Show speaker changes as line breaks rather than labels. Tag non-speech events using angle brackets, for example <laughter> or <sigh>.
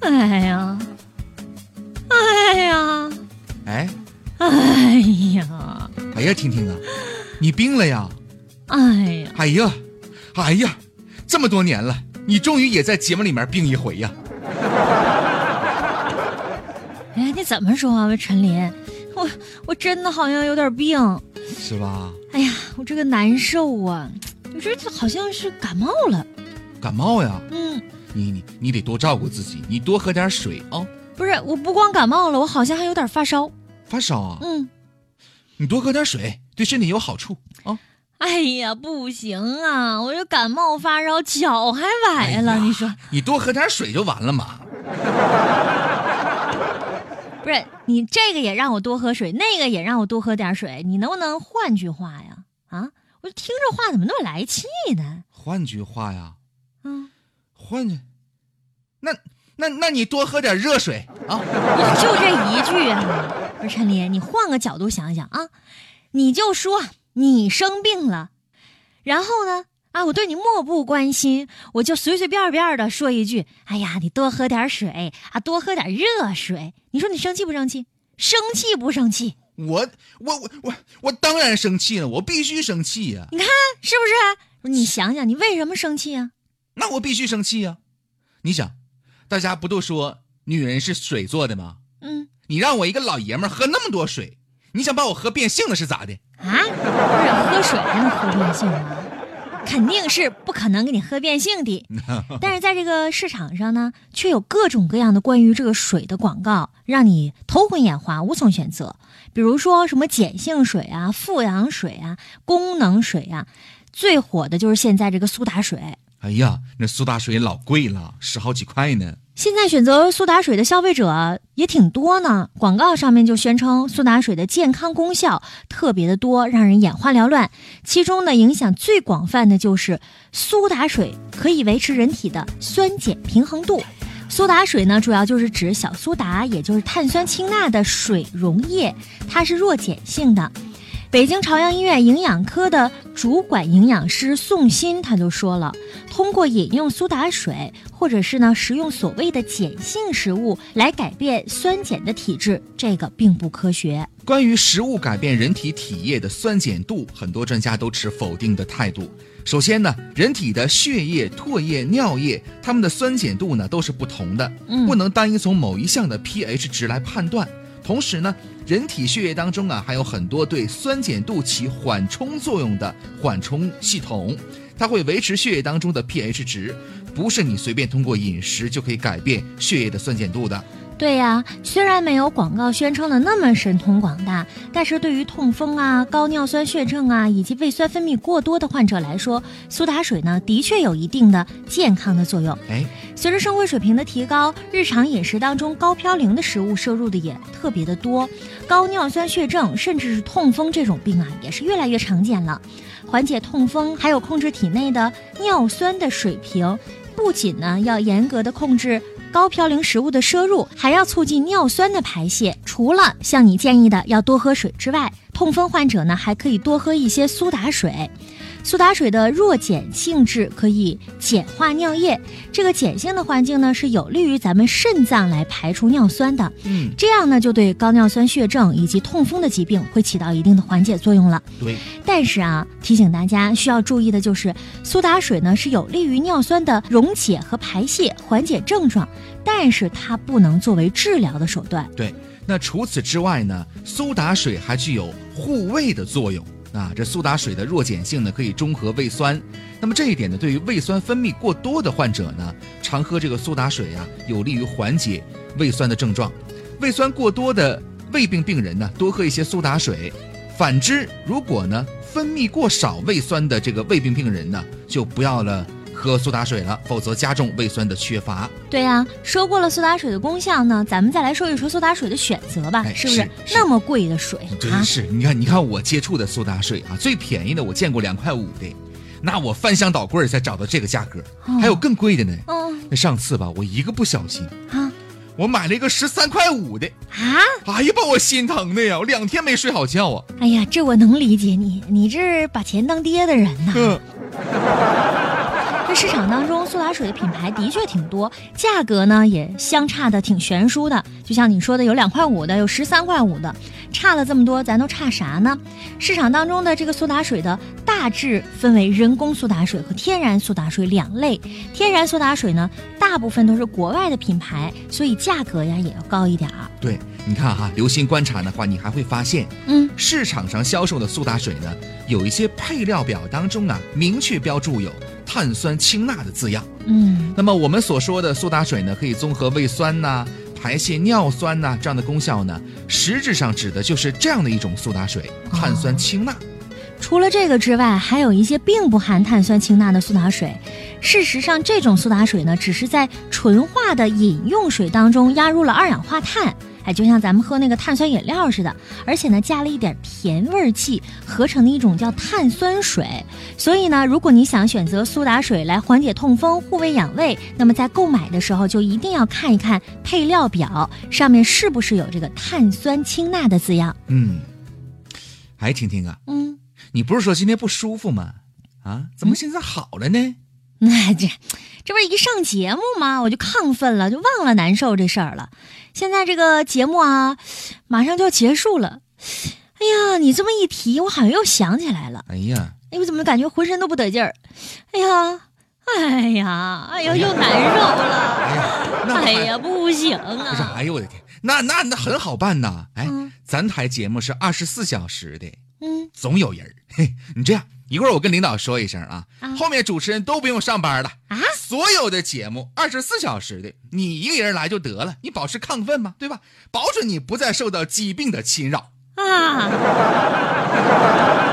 哎呀，哎呀，
哎，
哎呀，
哎呀，婷婷啊，你病了呀？
哎呀，
哎呀，哎呀，这么多年了，你终于也在节目里面病一回呀！
哎，你怎么说啊，我陈林？我我真的好像有点病，
是吧？
哎呀，我这个难受啊，我这好像是感冒了。
感冒呀，
嗯，
你你你得多照顾自己，你多喝点水啊、
不是，我不光感冒了，我好像还有点发烧。
发烧啊，
嗯，
你多喝点水，对身体有好处啊、
哎呀，不行啊，我这感冒发烧，脚还崴了。
哎呀
你说
你多喝点水就完了嘛。
不是？你这个也让我多喝水，那个也让我多喝点水，你能不能换句话呀？啊，我听这话怎么那么来气呢？
换句话呀，
嗯，
换句，那那那你多喝点热水啊。
就这一句啊！不是陈林，你换个角度想想啊，你就说你生病了，然后呢，啊，我对你漠不关心，我就随随便便的说一句，哎呀，你多喝点水啊，多喝点热水。你说你生气不生气？生气不生气？
我我我我我当然生气了，我必须生气呀、
是不是？你想想，你为什么生气啊？
那我必须生气呀、你想，大家不都说女人是水做的吗？
嗯
你让我一个老爷们儿喝那么多水，你想把我喝变性了是咋的？
啊，
<laughs>
不是喝水还能喝变性吗？肯定是不可能给你喝变性的。但是在这个市场上呢，却有各种各样的关于这个水的广告，让你头昏眼花，无从选择。比如说什么碱性水啊、富氧水啊、功能水啊，最火的就是现在这个苏打水。
哎呀，那苏打水老贵了，十好几块呢。
现在选择苏打水的消费者也挺多呢，广告上面就宣称苏打水的健康功效特别的多，让人眼花缭乱。其中呢，影响最广泛的就是苏打水可以维持人体的酸碱平衡度。苏打水呢，主要就是指小苏打，也就是碳酸氢钠的水溶液，它是弱碱性的。北京朝阳医院营养科的主管营养师宋鑫他就说了，通过饮用苏打水，或者是呢食用所谓的碱性食物来改变酸碱的体质，这个并不科学。
关于食物改变人体体液的酸碱度，很多专家都持否定的态度。首先呢，人体的血液、唾液、尿液，它们的酸碱度呢都是不同的，
嗯
不能单一从某一项的 pH 值来判断。同时呢，人体血液当中啊还有很多对酸碱度起缓冲作用的缓冲系统，它会维持血液当中的 pH 值，不是你随便通过饮食就可以改变血液的酸碱度的。
对呀、虽然没有广告宣称的那么神通广大，但是对于痛风啊、高尿酸血症啊以及胃酸分泌过多的患者来说，苏打水呢的确有一定的健康的作用。
哎，
随着生活水平的提高，日常饮食当中高嘌呤的食物摄入的也特别的多，高尿酸血症甚至是痛风这种病啊，也是越来越常见了。缓解痛风，还有控制体内的尿酸的水平，不仅呢要严格的控制。高嘌呤食物的摄入，还要促进尿酸的排泄。除了像你建议的要多喝水之外，痛风患者呢还可以多喝一些苏打水。苏打水的弱碱性质可以碱化尿液，这个碱性的环境呢是有利于咱们肾脏来排出尿酸的，
嗯，
这样呢就对高尿酸血症以及痛风的疾病会起到一定的缓解作用了。
对，
但是啊，提醒大家需要注意的就是，苏打水呢是有利于尿酸的溶解和排泄，缓解症状，但是它不能作为治疗的手段。
对，那除此之外呢，苏打水还具有护胃的作用。啊，这苏打水的弱碱性呢，可以中和胃酸。那么这一点呢，对于胃酸分泌过多的患者呢，常喝这个苏打水啊，有利于缓解胃酸的症状。胃酸过多的胃病病人呢，多喝一些苏打水。反之，如果呢分泌过少胃酸的这个胃病病人呢，就不要了喝苏打水了，否则加重胃酸的缺乏。
对呀、说过了苏打水的功效呢，咱们再来说一说苏打水的选择吧，
哎
是不是？
是是
那么贵的水啊
真，是，你看，你看我接触的苏打水啊，最便宜的我见过两块五的，那我翻箱倒柜儿才找到这个价格，
哦
还有更贵的呢。
嗯
那上次吧，我一个不小心，
啊
我买了一个十三块五的，
啊！
哎呀，把我心疼的呀，我两天没睡好觉啊。
哎呀，这嗯我能理解你，你这是把钱当爹的人呐。
嗯，
这那市场当中苏打水的品牌的确挺多，价格呢也相差的挺悬殊的。就像你说的，有两块五的，有十三块五的，差了这么多，咱都差啥呢？市场当中的这个苏打水的大致分为人工苏打水和天然苏打水两类。天然苏打水呢，大部分都是国外的品牌，所以价格呀也要高一点儿。
<laughs> 对，你看哈、留心观察的话，你还会发现，
嗯，
市场上销售的苏打水呢，有一些配料表当中啊，明确标注有碳酸氢钠的字样。
嗯，
那么我们所说的苏打水呢，可以综合胃酸呐、排泄尿酸呐、这样的功效呢，实质上指的就是这样的一种苏打水——
哦
碳酸氢钠。
除了这个之外，还有一些并不含碳酸氢钠的苏打水。事实上，这种苏打水呢，只是在纯化的饮用水当中压入了二氧化碳，哎，就像咱们喝那个碳酸饮料似的，而且呢，加了一点甜味儿剂，合成的一种叫碳酸水。所以呢，如果你想选择苏打水来缓解痛风、护胃养胃，那么在购买的时候就一定要看一看配料表上面是不是有这个碳酸氢钠的字样。
嗯，哎，婷婷啊，
嗯。
你不是说今天不舒服吗？啊，怎么现在好了呢？
<laughs> 那这这不是一上节目吗？我就亢奋了，就忘了难受这事儿了。现在这个节目啊，马上就要结束了。哎呀，你这么一提，我好像又想起来了。
哎呀，
哎，我怎么感觉浑身都不得劲儿？哎呀，哎呀，哎呀，又难受了。
哎呀， <laughs> 那
哎
还
呀，不行
不是，
啊！
哎呦我的天，那那那很好办呐。哎，
嗯
咱台节目是二十四小时的，
嗯，
总有人儿。 <laughs> 嘿，你这样，一会儿我跟领导说一声啊，
啊
后面主持人都不用上班了
啊
所有的节目二十四小时的，你一个人来就得了，你保持亢奋嘛，对吧？保准你不再受到疾病的侵扰。
啊，